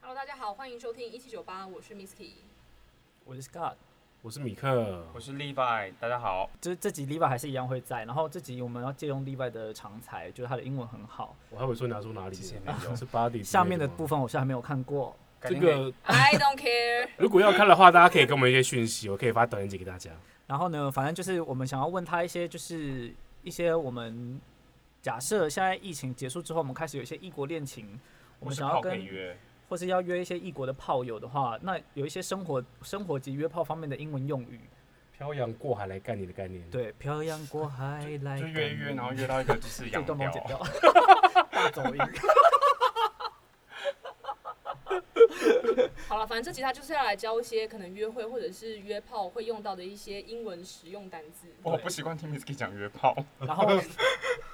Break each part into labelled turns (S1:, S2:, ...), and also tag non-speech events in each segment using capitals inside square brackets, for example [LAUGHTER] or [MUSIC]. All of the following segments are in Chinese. S1: Hello，大家好，欢迎收听一七九八，我是 Misky。
S2: 我是 Scott，
S3: 我是米克，
S4: 我是 Levi，大家好。
S2: 就是这集 Levi 还是一样会在，然后这集我们要借用 Levi 的长才，就是他的英文很好。
S3: 我还以为说拿出哪里
S4: 谢谢
S3: 呢
S4: 没有
S3: 是 body
S2: 下面的部
S3: 分。
S2: 分我是还没有看过，
S3: 这
S4: 改天可以
S3: 个
S1: I don't care。 [LAUGHS]
S3: 如果要看的话，大家可以给我们一些讯息，我可以发短信给大家。
S2: 然后呢，反正就是我们想要问他一些，就是一些我们假设现在疫情结束之后，我们开始有一些异国恋情，我
S4: 我
S2: 们
S4: 是
S2: 想要
S4: 炮可以
S2: 跟
S4: 约，
S2: 或是要约一些异国的炮友的话，那有一些生活生活及约炮方面的英文用语，
S3: 漂洋过海来干你的概念，，
S2: 对，漂洋过海来
S4: 就约一约，
S2: 干
S4: 然后约到一个就是
S2: 这
S4: 养
S2: 一段帮
S4: 貂
S2: 我剪，掉， [LAUGHS] 大走音。
S1: 好了，反正这集他就是要来教一些可能约会或者是约炮会用到的一些英文实用单字。
S4: [LAUGHS] 我好不习惯听 Misky 讲约炮， [LAUGHS]
S2: 然后，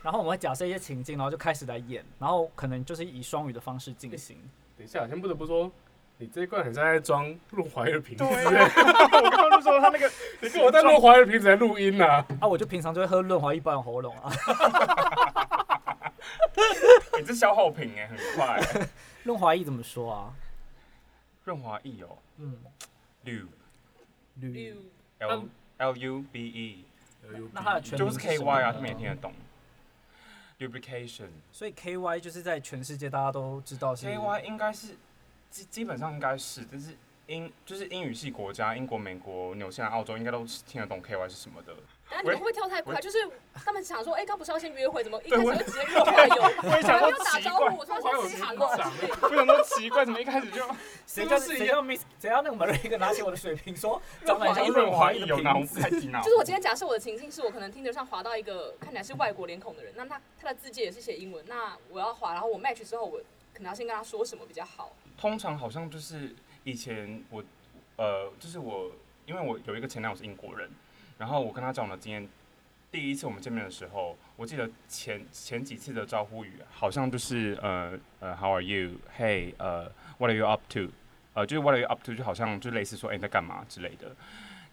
S2: 然后我们会假设一些情境，然后就开始来演，然后可能就是以双语的方式进行。
S3: 等一下，先不得不说，你这一罐很像在装录怀的瓶子， [LAUGHS]
S4: 我刚刚就说他那个，
S3: 你跟我在录怀的瓶子来录音呐、
S2: 啊，我就平常就会喝润滑一般喉咙啊， [LAUGHS]
S4: 你这消耗品哎，很
S2: [LAUGHS]
S4: 快。
S2: 润滑液怎么说啊？
S4: 润滑液哦
S2: 嗯，
S4: ，lube
S2: 铝。
S1: Lube
S4: l l u b e，
S2: 那它的全
S4: 就是
S2: 名
S4: k
S2: 什
S4: y 啊，
S2: 么
S4: 他们也听
S2: 呢
S4: 得懂。lubrication，k
S2: 所以 K Y 就是在全世界大家都知道是
S4: y 应该是基基本上应该是，但是英就是英语系国家，英国、美国、纽西兰、澳洲应该都是听得懂 k y 是什
S2: [LAUGHS]
S4: 么的。
S1: 但你们会不会跳太快？
S4: 喂
S1: 就是他们想说，哎、刚不是要先约会，怎么一开
S4: 对
S1: 始
S4: 我
S1: 就直接给我
S4: [LAUGHS]
S1: 加油？
S4: 我也想
S1: 没
S4: 说
S1: 有打
S4: 奇
S1: 招呼，
S4: 怪，
S1: 我突然说西哈喽
S3: 我还有
S1: 之类的
S4: 我想说奇怪，怎么一开始就？
S2: 谁
S4: 是
S2: 叫
S4: 不是
S2: 谁
S4: 一
S2: 叫 Miss 谁叫那个 m a r i 拿起我的水瓶说长得很
S4: 我
S2: 像
S4: 想
S2: 润
S4: 润
S2: 滑
S4: 滑
S2: 液
S4: 液
S2: 的
S4: 有拿，我
S2: 瓶
S4: 不
S2: 子
S4: 太听啊。
S1: 就是我今天假设我的情境是我可能听着上滑到一个看起来是外国脸孔的人，那他他的字界也是写英文，那我要滑，然后我 match 之后，我可能要先跟他说什么比较好？
S4: 通常好像就是以前我，呃，就是我，因为我有一个前男友是英国人，然后我跟他交往的经验，第一次我们见面的时候，我记得前前几次的招呼语好像就是呃呃，How are you？Hey，呃，What are you up to？呃，就是 What are you up to？就好像就类似说，哎、你在干嘛之类的。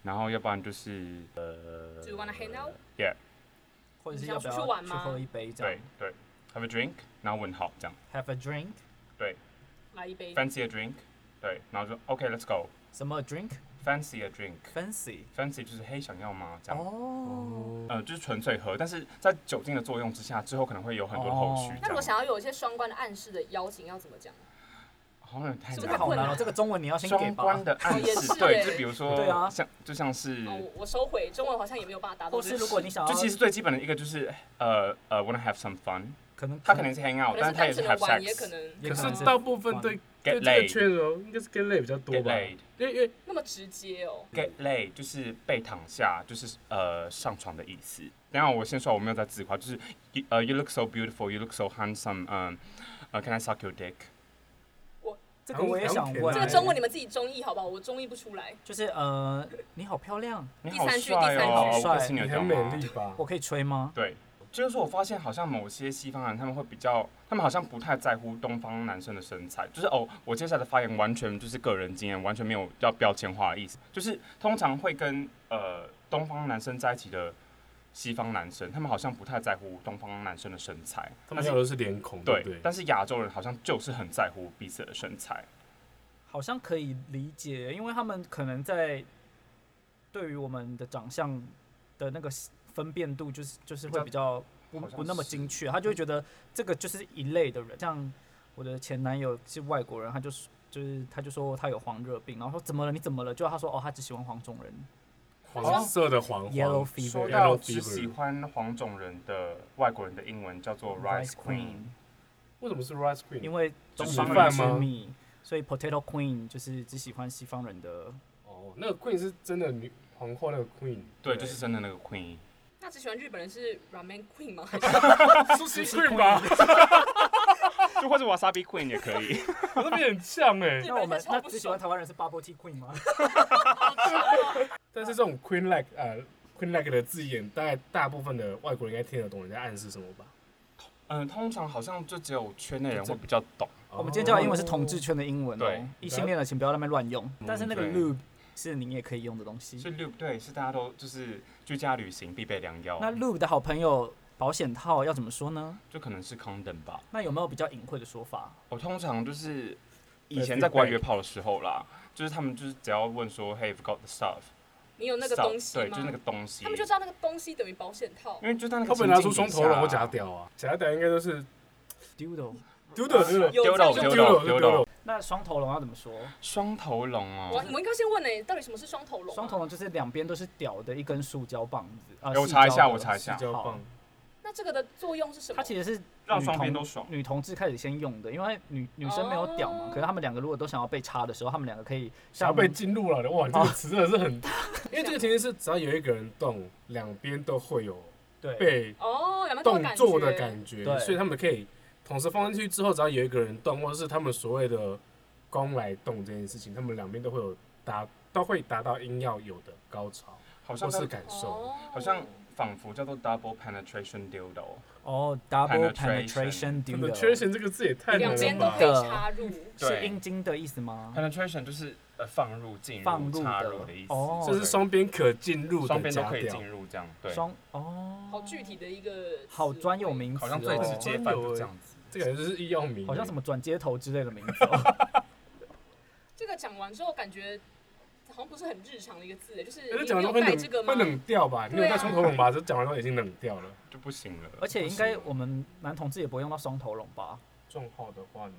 S4: 然后要不然就是呃
S1: Do you wanna hang out？
S4: ，Yeah， [LAUGHS]
S2: 或者是要不要
S1: 你想出去玩
S2: 去
S1: 吗
S2: 喝一杯这
S4: 对
S2: 样
S4: 对，Have a drink，然后问好这样
S2: ？Have a drink？
S1: 来一杯。
S4: ，Fancy a drink？对，然后就 OK，Let's、go，Fancy
S2: 什么 drink？Fancy
S4: a drink。fancy 就是嘿，想要吗？这样，
S2: 哦，
S4: 呃，就是纯粹喝，但是在酒精的作用之下，之后可能会有很多的后续
S2: 哦。
S4: 这
S1: 那如
S4: 样
S1: 果想要有一些双关的暗示的邀请，要怎么讲？
S4: 好像有点太
S1: 是不
S2: 这
S1: 是太
S2: 个
S4: 难了。
S2: 好
S1: 困
S2: 难
S1: 难
S2: 哦，这个中文你要先给
S4: 双
S2: 吧。
S4: 关的暗
S1: 也是
S4: 示，对，
S1: 欸
S4: 就比如说，
S2: 对啊
S4: 像就像是，
S1: 哦，我我收回，中文好像也没有办法达到
S2: 或
S1: 这
S2: 是
S1: 个。
S2: 如果你想要
S4: 就，其实最基本的一个就是，呃呃，wanna have some fun，
S2: 可能
S4: 他可能是 hang
S1: 可
S4: out，但
S1: 能
S4: 是他
S1: 单
S4: 也是
S1: 纯的
S4: have
S1: 玩，也可
S4: sex，get
S1: 能
S2: 也
S3: 可
S2: 可能
S3: 是大部分对对这个
S4: laid，get
S3: 圈哦，应该是跟类比较多吧，
S4: laid，get
S3: 因为因为
S1: 那么直接哦。
S4: laid 就是被躺下，就是呃上床的意思。然后我先说我没有在自夸，就是呃 you look so beautiful，you look so handsome，嗯，呃 can I suck your dick？
S2: 这
S4: 哎
S2: 个我也想问，
S3: 这
S1: 这个中文你们自己中译好不好？我中译不出来。
S2: 就是呃，你好漂亮，
S4: 你
S1: 第
S4: 好
S1: 三句第
S4: 帅
S1: 三
S4: 哦，
S2: 句
S4: 我可以亲你
S3: 你
S4: 的
S3: 很
S4: 屌
S3: 美
S4: 吗？
S3: 丽吧？
S2: 我可以吹吗？
S4: 对，就是说我发现好像某些西方人他们会比较，他们好像不太在乎东方男生的身材，就是哦，我接下来的发言完全就是个人经验，完全没有要标签化的意思，就是通常会跟呃东方男生在一起的。西方男生，他们好像不太在乎东方男生的身材，
S3: 他们要的是脸孔，对
S4: 对，
S3: 不对？
S4: 但是亚洲人好像就是很在乎彼此的身材。
S2: 好像可以理解，因为他们可能在对于我们的长相的那个分辨度，就是就是会比较不
S4: 好像
S2: 不那么
S4: 是
S2: 精确，他就会觉得这个就是一类的人。像我的前男友是外国人，他就是就是他就说他有黄热病，然后说怎么了你怎么了？就他说哦他只喜欢黄种人
S3: 黄色的黄黄
S2: yellow
S4: 说
S2: fever
S4: 到
S3: Yellow fever
S4: 只喜欢黄种人的外国人的英文叫做 rice queen，
S3: 为什么是 rice queen？
S2: 因为东
S4: 就是
S2: 方人
S3: 饭
S2: 吃
S3: 吗
S2: 米，所以 potato queen 就是只喜欢西方人的。
S3: 哦，那个 queen 是真的女皇后那个 [LAUGHS] queen，
S4: 对，就是真的那个 queen。
S1: 那只喜欢日本人是 ramen queen
S4: [LAUGHS]
S1: 吗？
S3: 苏西 queen 吧，
S4: 就或者 Wasabi Queen 也可以。
S3: 我 [LAUGHS] 那边很像哎。
S2: 那我们那
S1: 超不
S2: 只喜
S1: 爽
S2: 欢台湾人是 bubble tea queen 吗？
S3: 但是这种 queen like 呃 queen like 的字眼，大概大部分的外国人应该听得懂人家暗示什么吧？
S4: 嗯，通常好像就只有圈内人
S3: 就这
S4: 会比较懂。
S2: 哦我们今天教的英文是同志圈的英文
S4: 哦对嗯
S2: 哦，异性恋的请不要在那边乱用。但是那个
S4: 对
S2: lube 是你也可以用的东
S3: 嗯
S2: 西。
S4: 是 Loop 对，是大家都就是居家旅行必备良药。
S2: 那 lube 的好朋友保险套要怎么说呢？
S4: 就可能是 condom 吧。
S2: 那有没有比较隐晦的说法？
S4: 我通常就是以前在国外约炮的时候啦，就是他们就是只要问说 Hey, you've got the stuff，
S1: 你有那个
S4: stuff，
S1: 东西吗？
S4: 对，就是那个东西。嗯
S1: 他们就知道那个东西等于保险套
S4: 因。为就在那个
S3: 他
S4: 情
S3: 们拿
S4: 境底下，
S3: 出双头龙或假屌啊，假屌应该都是
S2: 丢的。
S3: 丢
S2: 啊
S3: 的丢的
S1: 有
S4: 丢到
S1: 这
S4: 丢
S1: 种
S4: 到
S3: 就
S4: 丢
S3: 丢
S4: 到
S3: 了
S2: 那双头龙要怎么说？
S4: 双头龙
S1: 我我
S4: 哦。
S1: 们应该先问呢、欸到底什么是双头龙、啊
S2: 双头。龙就是两边都是屌的一根塑胶棒子啊。
S4: 哎我
S2: 细
S4: 查一
S2: 胶
S4: 下
S2: 的
S4: 我查一
S3: 塑
S4: 下
S3: 胶
S2: 好
S3: 棒，
S1: 那这个的作用是什么？
S2: 它其实是
S4: 让
S2: 女
S4: 双边
S2: 同
S4: 都爽
S2: 女同志开始先用的，因为女女生没有屌嘛
S1: 哦，
S2: 可是他们两个如果都想要被插的时候，他们两个可以
S3: 想
S2: 像
S3: 要被进入了的，哇，你这个词真的是很， [LAUGHS] 因为这个前提是只要有一个人动，两边都会有
S2: 对
S3: 被
S1: 哦，两边都有
S3: 动
S1: 感
S3: 作的
S1: 觉
S3: 感觉，
S2: 对
S3: 所以他们可以同时放进去之后，只要有一个人动，或者是他们所谓的攻来动这件事情，他们两边都会有达都会达到应要有的高潮
S4: 好像
S3: 或是
S4: 在
S3: 感受。
S1: 哦，
S4: 好像仿佛叫做 double penetration dildo，
S2: 哦，double
S4: Penetration
S2: penetration
S3: 真的
S2: dildo，
S3: 缺钱这个字也太难
S1: 两边
S3: 了
S1: 都
S3: 吧
S1: 可？以插入。
S4: 对
S2: 是阴茎的意思吗？
S4: penetration 就是呃放入、进
S2: 放入
S4: 插
S2: 的
S4: 入的意思，
S2: 哦
S3: 这是双边可进入的
S4: 双边都
S3: 假
S4: 可以
S3: 屌
S4: 进，入这样，对，
S2: 双哦，
S1: 好具体的一个，
S2: 好专有。名词
S4: 好像最直
S2: 哦，
S4: 接版的这样子，
S3: 这感觉就是医药名，
S2: 好像什么转接头之类的名字
S4: [LAUGHS]
S2: 哦。
S1: 这个讲完之后，感觉好像不是很日常的一个字耶，就是
S3: 哎。这
S1: 你
S3: 讲
S1: 你
S3: 的
S1: 有
S3: 会
S1: 带
S3: 冷
S1: 这个吗
S3: 会？冷掉吧？你有
S1: 对啊
S3: 带双头龙吧？这讲完之后已经冷掉了。
S4: 就不行了。
S2: 而且应该
S4: 不行
S2: 我们男同志也不会用到双头龙吧？
S3: 重号的话呢？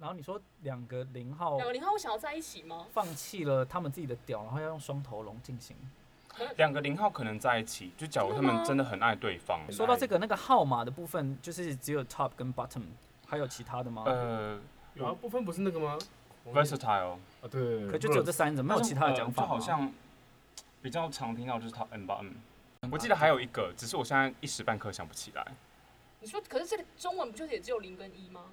S2: 然后你说两个零号
S1: 两个零号会想要在一起吗？
S2: 放弃了他们自己的屌，然后要用双头龙进行。
S4: 两个零号可能在一起，就假如他
S1: 真的
S4: 们
S1: 吗
S4: 真的很爱对方，
S2: 啊说到这个，那个号码的部分，就是只有 top 跟 bottom，还有其他的吗？
S4: 呃
S3: 有啊，部分不是那个吗
S4: ，versatile，
S3: 啊，对对对，
S2: 可就只有这三种，没有其他的讲法
S4: 呃
S2: 吗。
S4: 就好像比较常听到就是 top and bottom。我记得还有一个，只是我现在一时半刻想不起来。
S1: 你说，可是这个中文不就是也只有零跟一吗？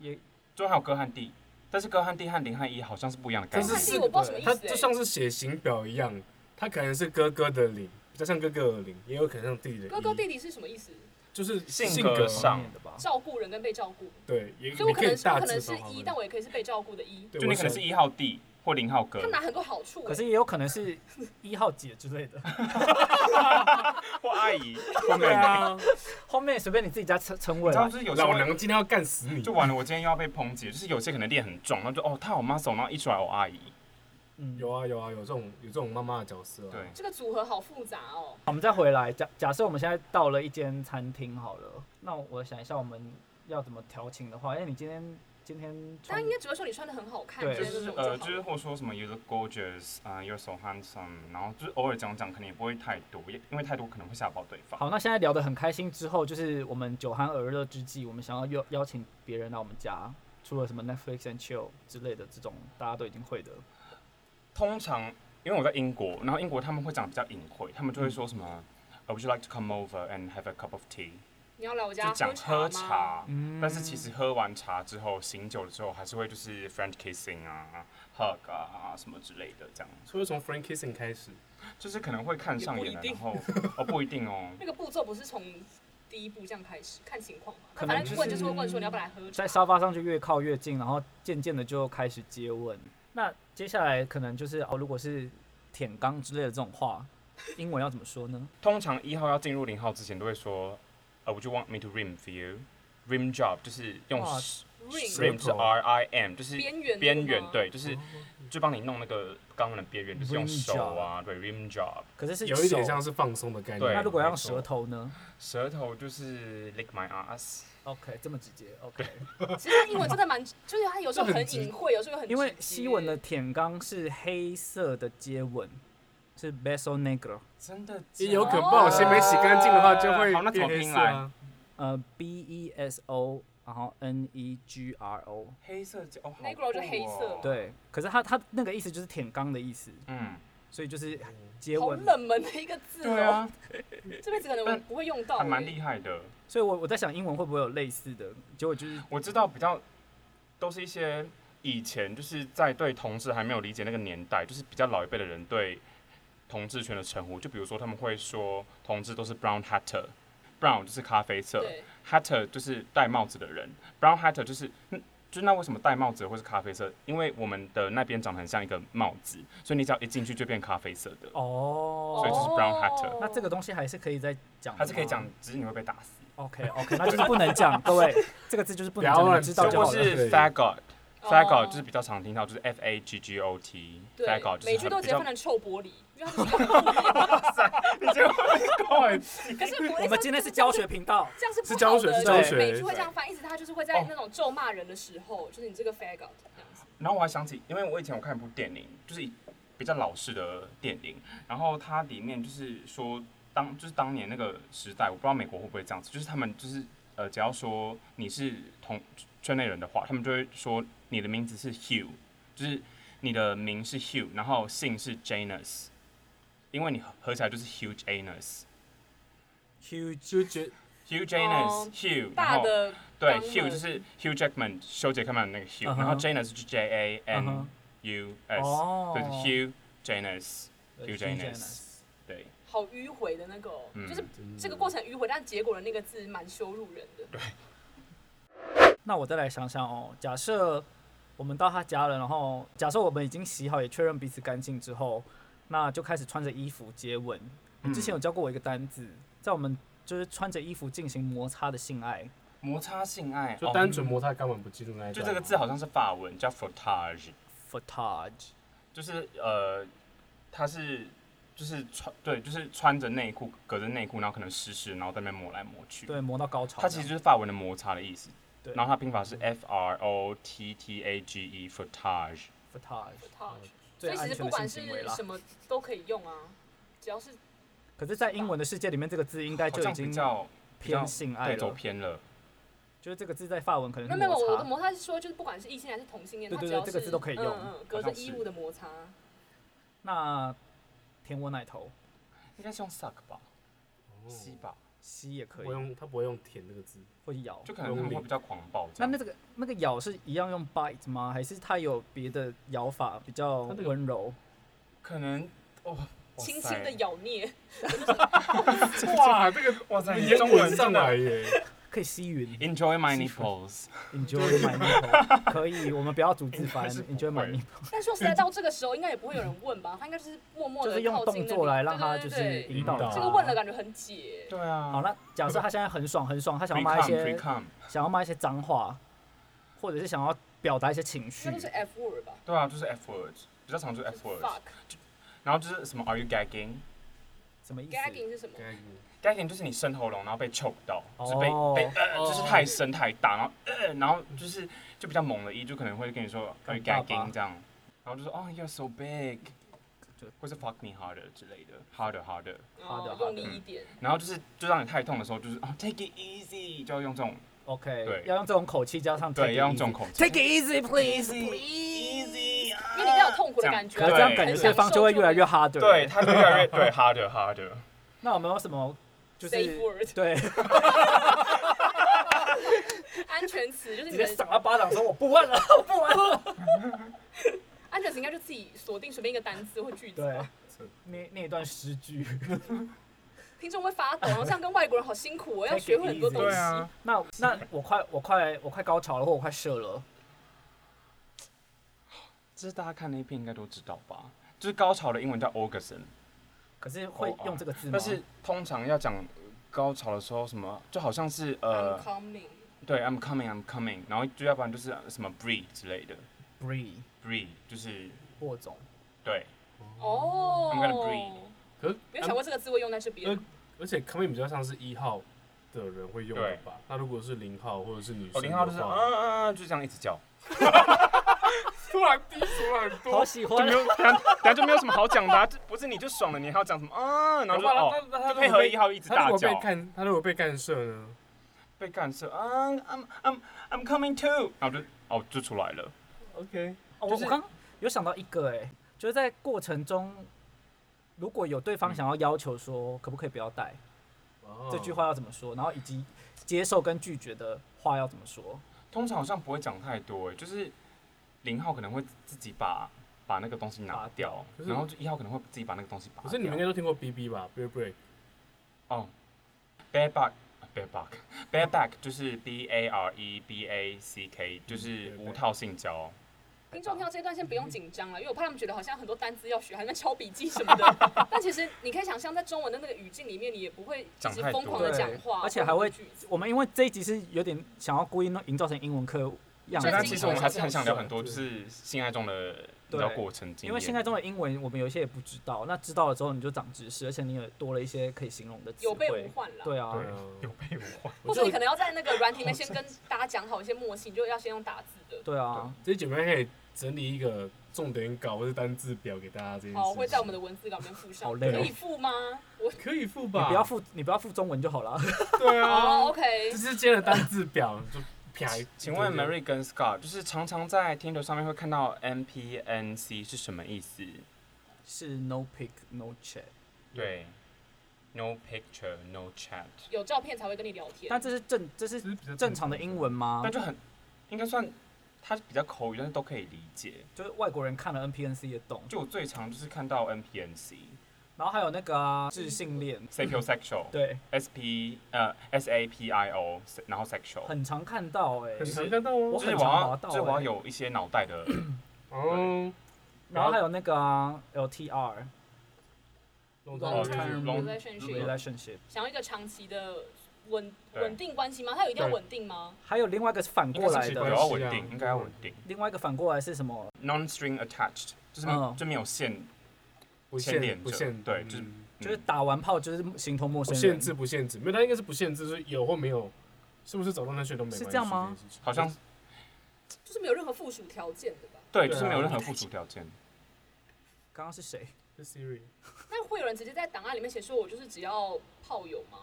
S2: 也
S4: 就还有哥和弟，但是哥和弟和零和一好像是不一样的概
S3: 但
S1: 但
S3: 是
S1: 是
S4: 念。
S1: 我不知道什么意
S3: 它
S1: 思、欸
S3: 就像是血型表一样，它可能是哥哥的零，比较像哥哥的零，也有可能像弟弟的一。
S1: 哥哥弟弟是什么意思？
S3: 就是
S4: 性格
S3: 格
S4: 上
S2: 方面的吧。
S1: 照顾人跟被照顾，
S3: 对，也
S1: 所以我
S3: 你
S1: 可
S3: 以
S1: 能是我
S3: 大
S1: 可能
S3: 致
S1: 是
S3: 分好
S1: 一，但我也可以是被照顾的一。
S3: 对
S4: 就你可能是一号弟或零号哥
S1: 他，拿很多好处、欸，
S2: 可是也有可能是一号姐之类的，
S4: 或阿姨
S3: 我
S4: 或
S3: [LAUGHS]
S4: 妹
S3: 对
S4: 妹。
S3: 啊，
S2: 后面随便你自己加称称
S4: 你
S2: 谓
S4: 知道，
S2: 啦。
S4: 就是有时候
S3: 老娘今天要干死你！
S4: 就完了，我今天又要被抨击。就是有些可能练很壮，然后就哦，他好 muscle，然后一出来我阿姨。
S2: 嗯，
S3: 有啊有啊有这种有这种妈妈的角色啊。
S4: 对，
S1: 这个组合好复杂哦。
S2: 我们再回来，假假设我们现在到了一间餐厅好了，那我想一下我们要怎么调情的话，因为哎你今天今天
S1: 大
S2: 穿
S1: 家应该只会说你穿的很好看，
S2: 对
S1: 之
S4: 就
S1: 类的
S4: 是
S1: 那种
S4: 呃，
S1: 就
S4: 就
S1: 好了
S4: 是或说什么 you look gorgeous，啊、y o u r e so handsome，然后就是偶尔讲讲，可能也不会太多，也因为太多可能会吓跑对方。
S2: 好，那现在聊得很开心之后，就是我们酒酣耳热之际，我们想要邀邀请别人来我们家，除了什么 Netflix and chill 之类的这种大家都已经会的，
S4: 通常因为我在英国，然后英国他们会讲得比较隐晦，他们就会说什么、呃 Would you like to come over and have a cup of tea？
S1: 你要来啊我家
S4: 就讲
S1: 喝
S4: 喝
S1: 茶吗？
S4: 茶，但是其实喝完茶之后，醒酒了之后，还是会就是 French kissing 啊、hug 啊什么之类的，这样
S3: 所以从 Frank Kissing 开始，
S4: 就是可能会看上眼了，
S1: 也
S4: 然
S1: 不
S4: 后哦不一定哦，
S1: 那个步骤不是从第一步这样开始，看情况嘛。
S2: 可
S1: 他
S2: 能
S1: 反正问
S2: 就
S1: 就是是会问说你要不要来喝茶
S2: 在。沙发上就越靠越近，然后渐渐的就开始接吻。那接下来可能就是哦，如果是舔肛之类的这种话，英文要怎么说呢？
S4: 通常一号要进入零号之前都会说，呃、w o u l d you want me to rim for you？rim job 就是用
S2: 哇
S1: ring
S3: 是
S4: rim 是 R I M，就是
S1: 边缘
S4: 边
S1: 的
S4: 缘
S1: 吗，哦
S4: 对，就是就帮你弄那个肛门的边缘，就是用
S2: Rim
S4: 手啊，对，rim job，
S2: 可是是
S3: 有一点
S2: 手
S3: 像是放松的概念。
S4: 对
S2: 那如果要用
S3: 没错
S2: 舌，头呢
S4: 舌头就是 lick my ass，
S2: ？OK，这么直接 OK。
S1: 其实他英文真的蛮，就是他有时候
S3: 这很
S1: 很
S3: 直
S1: 隐晦，有时候又很
S2: 因为
S1: 直接
S2: 西文的舔肛是黑色的接吻，是 beso negro，
S4: 真的假的
S3: 也有可能，不
S1: 哦
S3: 小心没洗干净的话，就会
S4: 哦好，那怎么
S3: 变黑
S4: 拼
S3: 色啊
S4: 来？
S2: 呃 b e s o，然后 n e g r o，
S4: 黑色就哦好
S1: Negro 就
S4: 酷
S1: 黑色
S4: 哦，
S2: 对。可是它它那个意思就是舔肛的意思，
S4: 嗯，
S2: 所以就是接
S1: 好
S2: 吻。
S1: 冷门的一个字
S4: 对
S1: 哦，
S4: 啊，
S1: 这辈子可能我不会用到
S4: 还
S1: 欸。
S4: 蛮厉害的。
S2: 所以我我在想英文会不会有类似的，结果就是
S4: 我知道比较都是一些以前就是在对同志还没有理解那个年代，就是比较老一辈的人对同志圈的称呼，就比如说他们会说同志都是 brown hatter，brown 就是咖啡色
S1: 对，
S4: ，hatter 就是戴帽子的人，brown hatter 就是。嗯就是那为什么戴帽子或是咖啡色？因为我们的那边长得很像一个帽子，所以你只要一进去就变咖啡色的，
S2: 哦
S4: 所以就是 brown
S1: 哦
S4: hatter
S2: 那这个东西还是可以再讲的吗，
S4: 还是可以讲，只是你会被打死。
S2: OK OK，那就是不能讲，各位，这个字就是不能
S3: 不要
S2: 讲，
S3: 乱
S2: 你知道
S3: 讲
S2: 就
S4: 或
S2: 好了。
S4: 是
S3: 对
S4: faggot。
S1: 哦
S4: faggot 就是比较常听到，就是 f a g g o t
S1: 对
S4: faggot 就
S1: 每
S4: 是
S1: 句都
S4: 很
S1: 直
S4: 比
S1: 接
S4: 较
S1: 翻。成臭玻璃，因为它就是臭玻璃。
S4: 哇塞，你这个
S3: 快
S1: 可是国内
S2: 我们今天是教学频道，
S1: 这样是不
S3: 是教
S1: 好
S3: 学
S1: 的
S3: 是
S2: 教
S1: 就是
S3: 学
S1: 每句会这样翻，意思他就是会在
S4: 哦
S1: 那种咒骂人的时候，就是你这个 faggot 这样子。
S4: 然后我还想起，因为我以前我看一部电影，就是一比较老式的电影，然后它里面就是说当就是当年那个时代，我不知道美国会不会这样子，就是他们就是呃，只要说你是同圈内人的话，他们就会说你的名字是 Hugh，就是你的名是 Hugh，然后姓是 Janus，因为你合合起来就是 Hugh Janus，Hugh
S2: Hugh 就觉
S4: Janus、
S1: 哦
S4: Hugh，然
S1: 大
S4: 后
S1: 的
S4: 对
S1: 当
S4: ，Hugh
S1: 了
S4: 就是 Hugh Jackman 修杰克曼的那个 Hugh，、
S2: 嗯哼
S4: 然后 Janus 就是 J A
S2: 嗯
S4: N
S2: 哼
S4: U S，、
S2: 哦
S4: 对，Hugh Janus，
S2: 对
S4: Hugh Janus 对，
S1: 好迂回的那个哦，
S4: 嗯
S1: 就是这个过程迂回，但结果的那个字蛮羞辱人的。
S2: 那我再来想想哦，假设我们到他家了，然后假设我们已经洗好，也确认彼此干净之后，那就开始穿着衣服接吻。你之前有教过我一个单字，在我们就是穿着衣服进行摩擦的性爱。
S4: 摩擦性爱，
S3: 就
S4: 哦
S3: 单纯摩擦肛门不进入那一段吗
S4: 就这个字好像是法文叫 frottage，
S2: Footage，
S4: 就是呃，它是就是穿对，就是穿着内裤，隔着内裤，然后可能湿湿，然后在那边抹来抹去。，
S2: 对，磨到高潮。
S4: 它其实就是法文的摩擦的意思。
S2: 对
S4: 然后它拼法是 f r o t t a g e frottage。
S2: footage，
S1: touch 所
S2: 呃最
S1: 以
S2: 安
S1: 其实
S2: 全
S1: 不
S2: 的
S1: 管
S2: 性
S1: 是
S2: 行为啦
S1: 什。么都可以用啊，只要是
S2: 可是，在英文的世界里面，这个字应该
S4: 好
S2: 就已
S4: 像
S2: 经
S4: 比较比较
S2: 偏性爱
S4: 对走
S2: 了。
S4: 偏了，
S2: 就是这个字在法文可能
S1: 没
S2: 是
S1: 有没有，我的
S2: 摩
S1: 摩
S2: 擦。
S1: 擦是说，就是不管是异性还是同性恋，
S2: 对
S1: 它
S2: 对
S1: 只
S2: 对
S1: 要
S2: 这个字
S1: 是
S2: 都可以用
S1: 嗯嗯，隔着
S4: 好像是
S1: 衣物的摩擦，
S2: 那舔我奶头，
S4: 应该是用 suck 吧，
S3: 哦
S4: 吸吧，
S2: 吸也可以
S3: 不，用他不会用舔这个字，
S2: 或咬。
S4: 就可能他们会比较狂暴
S2: 那
S4: 这样。
S2: 那个那个咬是一样用 bite 吗？还是它有别的咬法比较
S3: 它这个
S2: 温柔？
S4: 可能哦，哇
S1: 轻
S4: 塞
S1: 轻的咬
S2: [LAUGHS]
S1: 捏，
S4: 哇，这个哇塞，你中文
S3: 上
S4: 真
S3: 来
S4: 的
S3: 耶，
S2: 可以吸吮
S4: [LAUGHS] Enjoy my nipples，
S2: ，enjoy
S4: [LAUGHS]
S2: my nipple，可以，我们不要逐字翻
S4: 应该是不会
S2: ，enjoy my nipple，
S1: 但说实在，到这个时候应该也不会有人问吧？他应该就是默默
S2: 就
S1: 的
S2: 是用动作来让它就是引啊导
S3: 引导
S2: 它。
S1: 这个问了感觉很解，
S4: 对啊。
S2: 好，那假设他现在很爽很爽，他想
S4: Pre
S2: 要骂一
S4: com，Pre
S2: 些
S4: com，
S2: 想要骂一些脏话，或者是想要表达一些情绪
S1: 那都，是 F word 吧
S4: 对啊，就是 F words，比较常就是
S1: 就是
S4: F words， [LAUGHS]
S1: ？fuck
S4: 然后就是什么 Are you gagging？gagging
S2: 什么意思？
S1: gagging 是什么？
S4: 就是你伸喉咙，然后被 choke 到，就是被
S2: 哦，
S4: 被呃，就是太深太大，然后呃，然后就是就比较猛的一就可能会跟你说 Are you
S2: 干爸爸
S4: gagging 这样，然后就说 Oh you're so big，
S2: 就
S4: 或是 Fuck me harder 之类的，harder harder，
S2: 好的
S1: 哦，
S2: 好的嗯
S1: 用力一点，
S4: 然后就是就让你太痛的时候，就是哦 Take it easy，就要用这种
S2: OK，
S4: 对
S2: 要用这种口气加上 take
S4: 对，
S2: it
S4: 要用这种
S2: easy
S4: 口气
S2: Take it easy, please, please。
S4: easy，
S1: 因为你比较有痛苦的感觉
S2: 可
S1: 啊，
S2: 是这样感觉
S1: 很
S2: 对
S1: 享
S2: 方
S1: 受
S2: 就会越来越 harder。
S4: 对，，他就越来越对 harder harder。
S2: 那有没有什么就是
S1: safe word
S2: 对，
S1: 安全词，就是你
S2: 直接
S1: 们
S2: 赏他巴掌说我不问了，我不玩了。
S1: 安全词应该就自己锁定随便一个单词或句子吧
S4: [LAUGHS]
S2: 对。，那那一段诗句。
S1: 听众会发抖，然后这样跟外国人好辛苦
S2: [LAUGHS]
S1: 哦，我要学会很多东
S4: 对
S1: 西。
S4: 啊，
S2: 那那我快我快我快高潮了，或我快射了。
S4: 这是大家看那片应该都知道吧？就是高潮的英文叫 orgasm，
S2: 可是会用这个字吗？
S4: 哦但是通常要讲高潮的时候，什么就好像是呃
S1: I'm，coming，
S4: 对，I'm coming，I'm coming，然后就要不然就是什么 breathe 之类的
S2: breathe
S4: ，breathe 就是
S2: 霍总，
S4: 对，
S1: 哦
S4: I'm gonna breathe
S3: 可是
S1: 没有想过这个字会用在这边
S3: 嗯。而且 coming 比较像是一号的人会用的吧？那如果是零号或者是女
S4: 哦，
S3: 生的话，
S4: 零号就是嗯嗯嗯，就这样一直叫，
S3: 突然低俗了很
S2: 好
S3: [LAUGHS] 多。
S2: 喜
S4: 就
S2: 欢
S4: 没。有， [LAUGHS] 等下就没有什么好讲的啊，就不是你就爽了，你还要讲什么啊？然后就哦，
S3: 那他
S4: 就配合一号一直
S3: 他
S4: 大
S3: 如果
S4: 叫
S3: 被，干，他如果被干涉呢？
S4: 被干涉啊，I'm I'm I'm coming too，然后就哦就出来了，
S3: OK，
S2: 哦我
S3: 就是
S2: 我刚有想到一个哎、就是在过程中，如果有对
S4: 嗯
S2: 方想要要求说可不可以不要带、
S3: 嗯哦
S2: 这句话要怎么说，然后以及接受跟拒绝的话要怎么说？
S4: 通常好像不会讲太多、欸，就是零号可能会自己把把那个东西拿掉，
S3: 拔掉
S4: 然后就一号可能会自己把那个东西拔
S3: 可
S4: 掉。
S3: 是你们应该都听过 BB 吧？Break Break，
S4: 哦，bareback 呃 [LAUGHS] bareback
S3: 嗯
S4: bareback 就是 b a r e b a c k，就是无套性交，
S1: 听众听到这段先不用紧张了，因为我怕他们觉得好像很多单词要学，还在敲笔记什么
S2: [LAUGHS]
S1: 的。但其实你可以想象，在中文的那个语境里面，你也不会一直疯狂的讲话，
S2: 讲太多对而且还会
S1: 句子。
S2: 我们因为这一集是有点想要故意弄营造成英文课
S1: 所
S2: 样子
S1: 以
S4: 但
S1: 它，
S4: 其实我们还是很想聊很多，
S3: 对
S4: 就是性爱中的比较过程经验。
S2: 因为现在中的英文我们有一些也不知道，那知道了之后你就长知识，而且你也多了一些可以形容的词
S1: 有备无
S2: 汇。
S1: 患啦。
S2: 对啊，
S3: 对啊，
S4: 有备无患，
S1: 或者你可能要在那个软体里面先跟大家讲好一些默契，你就要先用打字
S2: [LAUGHS]
S1: 的。
S2: 对啊，
S3: 这姐妹可以整理一个重点稿或是单字表给大家这件事情。
S1: 好，我会在我们的文字稿里面附上。
S2: 好累哦
S1: 可以附吗？我
S3: 可以付
S2: 你
S3: 吧？
S2: 不要附你不要附中文就好了。
S3: 对
S1: 哦
S3: 啊，
S1: ，OK
S3: 这。是接了单字表就啪。
S4: 请问 Mary 跟 Scott，就是常常在 Tinder 上面会看到 NPNC 是什么意思？
S2: 是 no pick no chat，
S4: 对，No picture, no chat，
S1: 有照片才会跟你聊天。
S2: 但这是正这
S3: 这
S2: 是
S3: 是比较
S2: 正常的英文吗
S4: 那？就很应该算它比较口语，但是都可以理解。
S2: 就是外国人看了 NPNC 也懂，
S4: 就我最常就是看到 NPNC、
S2: 然后还有那个啊智性恋，
S4: sapiosexual、
S2: [LAUGHS] 对，
S4: SP 呃 SAPIO，然后 sexual，
S2: 很常看到哎、
S3: 很常看到哦
S2: 我。
S4: 就是
S2: 很
S4: 我
S2: 常
S4: 要
S2: 滑到
S4: 就是我要
S2: 欸
S4: 有一些脑袋的
S3: 哦
S2: 然后还有那个啊 LTR
S1: long term
S4: Long-term
S1: relationship，
S2: relationship，
S1: 想要一个长期的稳
S4: 对
S1: 稳定关系吗？它有一定要
S3: 对
S1: 稳定吗？
S2: 还有另外一个是反过来
S3: 关系
S4: 应该是啊嗯
S2: 的，
S4: 要稳定，应该要稳定。
S2: 另外一个反过来是什么？
S4: Non-string attached 就是没
S2: 嗯
S4: 就没有线，
S3: 不
S4: 牵连
S3: 限
S4: 者
S3: 不限，
S4: 对
S3: 嗯
S4: 就是
S2: 就是
S4: 嗯
S2: 打完炮就是形同陌
S3: 不
S2: 生
S3: 哦限
S2: 人，
S3: 制不限制，没有，它应该是不限制，就是有或没有，是不是走到那去都没关系
S2: 是这样吗？
S3: 件事情
S4: 好像
S1: 就是没有任何附属条件的吧？
S4: 对，
S3: 对
S4: 就
S3: 啊
S4: 是没有任何附属条件。
S2: 刚刚是谁？
S3: 是 Siri，
S1: 那会有人直接在档案里面写说我就是只要炮友吗？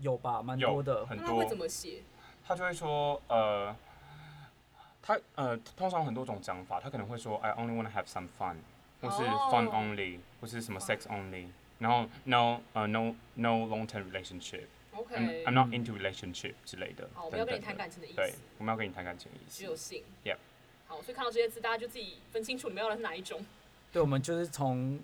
S2: 有吧，蛮多
S4: 有
S2: 的。
S4: 很
S1: 那他会怎
S4: 多，
S1: 么写？
S4: 他就会说呃，他呃通常有很多种讲法，他可能会说 I only want to have some fun，或是
S1: 哦
S4: fun only，或是什么 sex only，然后 no 呃 no no long term relationship，I'm
S1: OK，
S4: I'm not into relationship 之类的。
S1: 哦好，我们要跟你
S4: 等
S1: 谈
S4: 嗯等的
S1: 感情的意
S4: 对
S1: 思，，
S4: 我们要跟你谈感情的意
S1: 只有
S4: 思。
S1: 性。
S4: Yep
S1: 好，所以看到这些字，大家就自己分清楚你们要的是哪一种，
S2: 对，我们就是从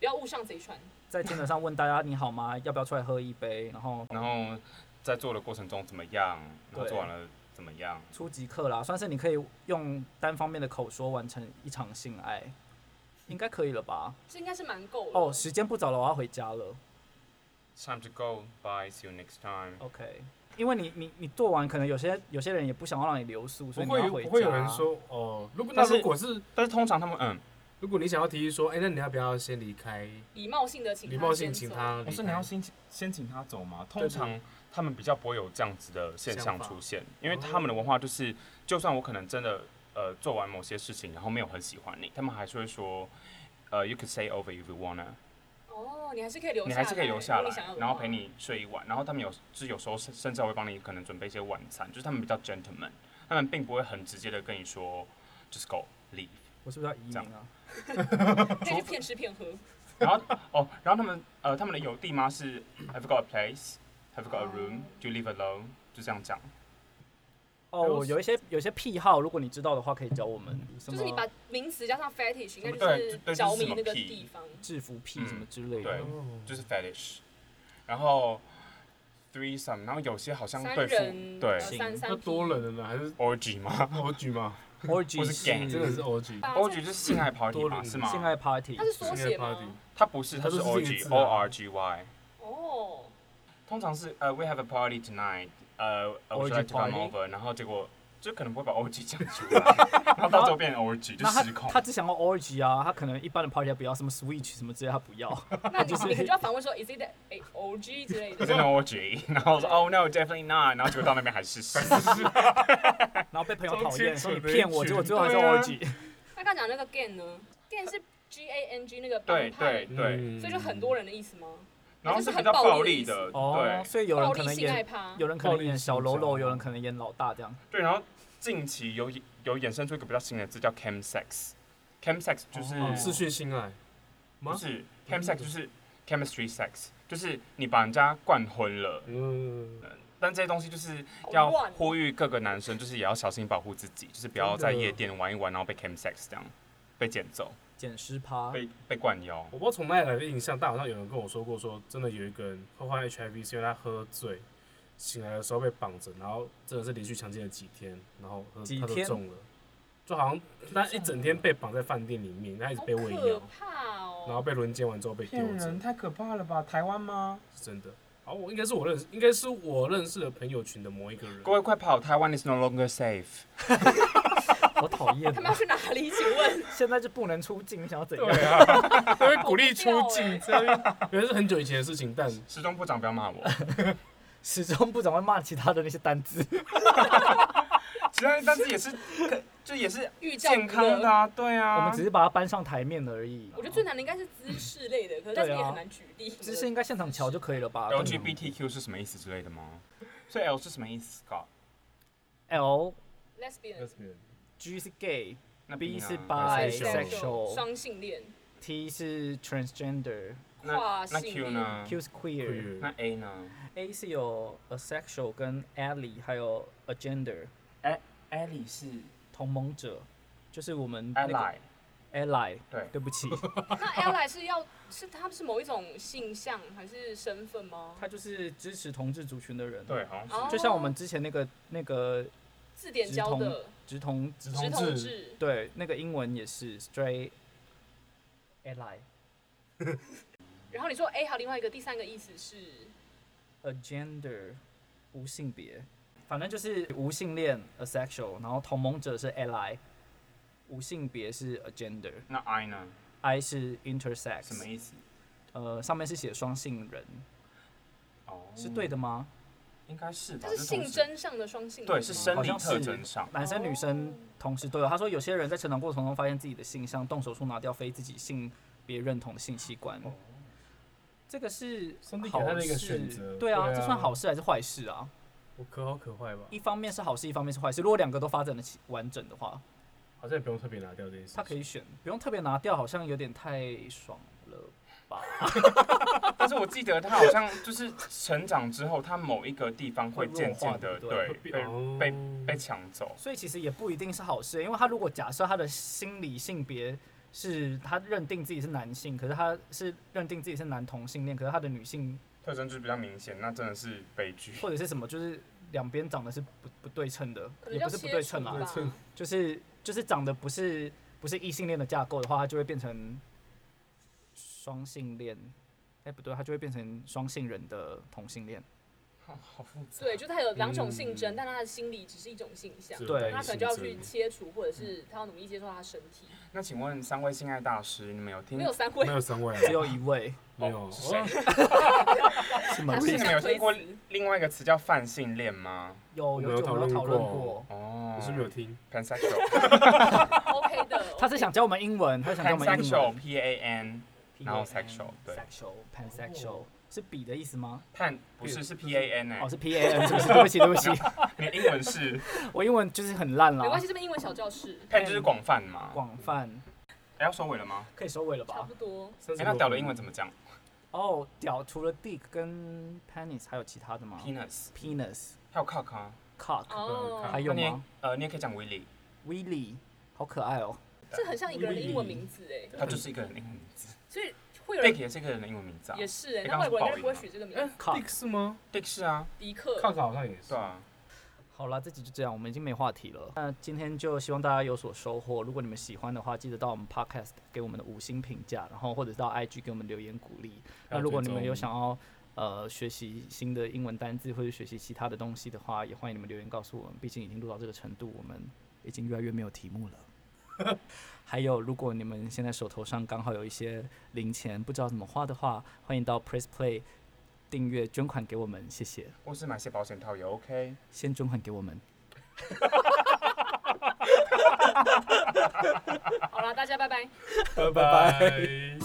S1: 不要误上贼船。
S2: 在听者上问大家你好吗？要不要出来喝一杯？然后
S4: 然后在做的过程中怎么样？然后
S2: 对
S4: 做完了怎么样？
S2: 初级课啦，算是你可以用单方面的口说完成一场性爱，应该可以了吧？
S1: 这应该是蛮够了。
S2: 哦，时间不早了，我要回家了。
S4: Time to go. Bye. See you next time.
S2: OK，因为你你你做完，可能有些有些人也不想要让你留宿，所
S3: 不会
S2: 以你要
S3: 有
S2: 回家。
S3: 不会有人说哦，如果那
S4: 但是
S3: 如果是
S4: 但是通常他们嗯，
S3: 如果你想要提议说，哎，那你要不要先离开？
S1: 礼貌性的请他
S3: 礼貌性
S1: 先
S3: 请
S1: 走。
S3: 他
S4: 我
S3: 离
S4: 说你
S3: 开
S4: 要。先请先请他走吗？
S3: 对对
S4: 通常他们比较不会有这样子的现
S3: 想
S4: 象
S3: 法哦
S4: 出现，因为他们的文化就是，就算我可能真的呃做完某些事情，然后没有很喜欢你，他们还是会说。呃、y o u could stay over if you wanna，
S1: 哦，你还是可以留下来，
S4: 你还是可以留下
S1: 如果
S4: 来
S1: 你想要，的
S4: 然后
S1: 话
S4: 陪。你睡一晚。然后他们有，就是有时候甚甚至还会帮你可能准备一些晚餐，就是他们比较 gentleman，他们并不会很直接的跟你说 just go leave。
S2: 我是不是要移民
S4: 这
S2: 啊？
S1: 可以去骗吃骗喝。
S4: 然后 [LAUGHS] 哦，然后他们呃，他们的有地妈是 Have you got a place? Have you got a
S1: 哦
S4: room? Do you live alone? 就这样讲。
S2: 哦，我有一些有一些癖好，如果你知道的话，可以教我们
S4: 嗯
S2: 什
S1: 就是你
S2: 么
S1: 把名词加上 fetish，应该
S4: 对
S1: 就
S4: 对就是
S1: 是着迷
S4: 什么
S1: 那个
S4: 癖
S1: 地方。
S2: 制服
S4: 嗯
S2: 癖什么之类
S4: 对
S2: 的。
S3: 哦
S4: 就是 fetish，然后 threesome，然后有些好像
S1: 三
S4: 对付
S1: 人
S4: 对
S1: 呃三三
S3: 那多
S1: 批
S3: 人了呢，还是
S4: orgy 吗
S3: OG 吗？
S2: Orgy
S4: 或是 gang
S3: 真的是 OG，
S1: 八
S4: ？orgy 就是性爱 party
S3: 多
S4: 嘛，
S3: 人
S4: 是吗？
S2: 性爱 party
S1: 它。是缩写
S3: party
S1: 吗？
S4: 它不是，它是
S3: 它就是这个字啊
S4: orgy，o r g y。 [LAUGHS]
S1: 哦，
S4: 通常是呃、w e have a party tonight，呃、呃
S2: Orgy
S4: ，would you like to come
S2: party
S4: over？然后结果就可能不会把 orgy 讲出来，然后到最后变成 orgy 就
S2: 那他
S4: 失控
S2: 他。只想要 orgy 啊，他可能一般的 party 他不要什么 switch 什么之类，他不
S4: [LAUGHS]
S2: 要。
S1: 那你你可能就要反问说，Is it a O G 之类
S4: [LAUGHS] It's an
S1: 的？
S4: orgy，然后说 Oh no, definitely not，然后结果到那边还是屎。
S3: [LAUGHS]
S2: 然后被朋友讨厌，说你
S3: 中间扯的一
S2: 骗我，
S3: 群
S2: 结果最后还是
S4: 对啊
S2: orgy。
S1: 那刚刚讲那个 gan 呢？gan 是 G A N G 那个帮
S4: 对
S1: 派
S4: 对，
S3: 嗯
S4: 对，
S1: 所以就很多人的意思吗？
S4: 然后
S1: 就是
S4: 是
S1: 很
S4: 比较
S1: 暴
S4: 暴
S1: 力
S4: 力
S1: 的
S4: 的，
S2: 哦，
S4: 对
S2: 所以有人
S1: 暴
S2: 可
S1: 力
S2: 能
S1: 性爱
S2: 演，
S1: 趴。
S2: 有人可能演小喽
S3: 暴力性
S2: 啰，
S3: 爱
S4: 啊
S2: 有人可能演老大这样。
S4: 对。然后近期有有衍生出一个比较新的字叫 cam sex，cam sex 就是
S2: 哦
S3: 嗯视讯性爱
S4: 不
S3: 吗？
S4: 是 cam sex 就是
S1: 嗯
S4: chemistry sex，就是你把人家灌昏了。
S3: 嗯，
S4: 但这些东西就是
S1: 好
S4: 要
S1: 乱哦
S4: 呼吁各个男生，就是也要小心保护自己，就是不要在
S3: 真的
S4: 夜店玩一玩，然后被 cam sex 这样被捡走、
S2: 捡尸趴，
S5: 啊
S4: 被被灌腰。
S3: 我不知道从哪里来的印象，但好像有人跟我说过说真的有一个人会患 HIV 是因为他喝醉，醒来的时候被绑着，然后真的是连续强奸了几天，然后他
S2: 几
S3: 他就
S2: 天
S3: 中了，就好像他一整天被绑在饭店里面，他一直
S1: 好
S3: 被喂药
S1: 可，怕哦。
S3: 然后被轮奸完之后被丢
S5: 骗
S3: 着，
S5: 人太可怕了吧？台湾吗？
S3: 是真的。好，我应该是我认识，应该是我认识的朋友群的某一个人
S4: [LAUGHS] 各。位快跑，台湾 is no longer safe。
S2: 好讨厌
S1: 他们要
S2: 哦！
S1: 去哪里？请
S4: [LAUGHS]
S1: 问？
S2: 现在就不能出境，你想要怎
S3: 对
S2: 样？
S3: 啊， [LAUGHS] 他会鼓励出
S1: 好
S3: 境，
S1: 低
S3: 这样 [LAUGHS] 原来是很久以前的事情， [LAUGHS] 但
S4: 时钟部长不要骂我，
S1: [LAUGHS]
S2: 始终部长会骂其他的那些单字，
S4: 其他但是也是可就也是
S1: 寓教于
S4: 健康的
S1: 乐。
S4: 啊，对啊。
S2: 我们只是把它搬上台面而已。
S1: 我觉得最难的应该是姿势类的，可是但是也很难举例。
S2: 只是应该现场瞧就可以了吧
S4: LGBTQ 是什么意思之类的吗？啊所以 L 是什么意思？Scott，
S2: L
S1: lesbian
S2: G 是 gay，B
S4: 那 B 呢
S2: 是
S4: bisexual
S2: bisexual
S1: 双性恋、
S2: T 是 transgender，Q
S4: 那
S1: 跨
S4: 那
S1: 性
S4: Q
S1: 恋
S4: 呢？
S2: 是 queer。
S4: 那 A 呢
S2: A 是有 asexual 跟 ally，还有 agender
S4: ？Ally 是
S2: 同盟者，就是我们那个
S4: ally，
S2: ally。
S4: 对
S2: 对不起，
S1: 那 ally 是要是他是某一种性向还是身份吗？
S2: 他就是支持同志族群的人。，
S4: 对，好像
S1: 哦
S4: 是
S2: 就像我们之前那个那个
S1: 字典教的
S2: 直同，
S3: 直
S1: 直
S3: 同
S1: 同
S3: 志，
S1: 志，
S2: 对，那个英文也是 straight ally。
S1: 然后你说 A 还有另外一个第三个意思是
S2: a gender 无性别，反正就是无性恋 asexual，然后同盟者是 ally，无性别是 a gender，I
S4: 那 I 呢？
S2: 是
S4: 什么
S2: intersex，
S4: 意思？
S2: 呃，上面是写双性人，
S4: 哦，
S2: 是对的，吗？
S4: 应该是吧？
S1: 它是性
S4: 同志，
S1: 征上的双性恋吗，
S4: 对，是生理
S2: 好像是
S4: 特征
S3: 哦
S4: 上。
S2: 男生女生同时都有。他说有些人在成长过程中发现自己的性向，动手术拿掉非自己性别认同的性器官。
S4: 哦
S2: 这个是
S3: 上帝给
S2: 好
S3: 他的一个
S2: 事
S3: 选择
S2: 对啊，
S3: 对啊
S2: 这算好事还是坏事啊？
S3: 我可好可坏吧，
S2: 一方面是好事，一方面是坏事。如果两个都发展的完整的话，
S3: 好像也不用特别拿掉这件事情。
S2: 他可以选，不用特别拿掉，好像有点太爽了吧？
S4: 但是我记得他好像就是成长之后，他某一个地方会渐渐
S2: 会
S4: 的
S2: 弱化
S4: 对
S2: 对
S4: 被
S3: 哦
S4: 被被抢走。
S2: 所以其实也不一定是好事，因为他如果假设他的心理性别是他认定自己是男性，可是他是认定自己是男同性恋，可是他的女性
S4: 特征就是比较明显，那真的是悲剧。 [LAUGHS]
S2: 或者是什么，就是两边长得是不不对称的
S1: 可，能
S2: 也
S1: 叫
S2: 不是不对称
S1: 切
S2: 啦，
S1: 除吧。
S2: 就是就是长得不是不是异性恋的架构的话，它就会变成双性恋。哎、不对，它就会变成双性人的同性恋。
S4: 好复杂。
S1: 对，就他有两种性征，
S3: 嗯
S1: 但他的心理只是一种性向，
S3: 是
S2: 对
S1: 那他可能就要去
S3: 性征
S1: 切除，或者是他要努力接受他的身体。
S4: 那请问三位性爱大师，你们有听
S1: 没有三位
S3: 没，有三位啊，
S2: 只有一位
S3: 没有哦
S4: 是
S2: [LAUGHS]
S4: 谁？
S2: 是
S1: 还
S2: 吗？
S4: 不是你们有听过
S1: 想推辞
S4: 另外一个词叫泛性恋吗？
S2: 有
S3: 我们有
S2: 有
S3: 讨
S2: 我们有
S3: 论
S2: 讨论
S3: 过
S2: 过。
S4: 哦
S3: 我是没有听。
S4: pansexual，
S1: OK 的。
S2: 他是想教我们英文， [LAUGHS] 他是想教我们英
S4: pansexual
S2: 文。
S4: p a n 然后 sexual，对
S2: sexual pansexual 是比的意思吗？
S4: pan 不是是 p a n 哎
S2: 哦，，是 P A N 是不是？对不起，对
S4: [LAUGHS]
S2: 不起，
S4: 你的英
S2: [LAUGHS]
S4: 文是
S2: 我英文就是很烂
S1: 没关
S2: 啦
S1: 系，。这边英文小教室
S4: pan 就是广泛嘛？
S2: 广泛
S4: 哎要收尾了吗？
S2: 可以收尾了
S1: 差
S2: 吧
S1: 不？多。
S4: 哎，那屌的英文怎么讲
S2: 哦，屌，除了 dick 跟 penis 还有其他的吗
S4: ？penis，
S2: ？penis
S4: 还有 cock 啊，
S2: cock 还
S1: 哦，
S2: 有
S4: 那你也
S2: 吗
S4: 呃，你也可以讲 willy，
S2: ？Willy 好可爱哦。
S1: 这很像一个人的英文名字哎，
S4: 它就是一个人的英文名字。啊
S1: 所以会有
S4: Dick
S1: 人
S4: 也是一个人的英文名字啊
S1: 也是哎，
S4: 哎
S1: 那
S4: 刚
S1: 外
S4: 刚
S1: 国人应该
S4: 是
S1: 不
S4: 暴
S1: 会
S4: 力吗
S1: 取这个名
S3: 哎
S1: 字。
S2: cock
S3: 是吗？
S4: ，Dick 是啊，
S1: 迪克，
S3: 看看好像也是
S4: 对。啊。
S2: 好啦，这集就这样，我们已经没话题了。那今天就希望大家有所收获。如果你们喜欢的话，记得到我们 podcast 给我们的五星评价，然后或者到 IG 给我们留言鼓励。
S3: 还有
S2: 那如果你们
S3: 追踪
S2: 有想要呃学习新的英文单字或者学习其他的东西的话，也欢迎你们留言告诉我们。毕竟已经录到这个程度，我们已经越来越没有题目了。 [LAUGHS] 还有，如果你们现在手头上刚好有一些零钱，不知道怎么花的话，欢迎到 Press Play 订阅捐款给我们，谢谢。
S4: 或是买些保险套也 OK。
S2: 先捐款给我们，
S1: 好啦，大家拜拜。
S4: 啊
S3: 拜拜。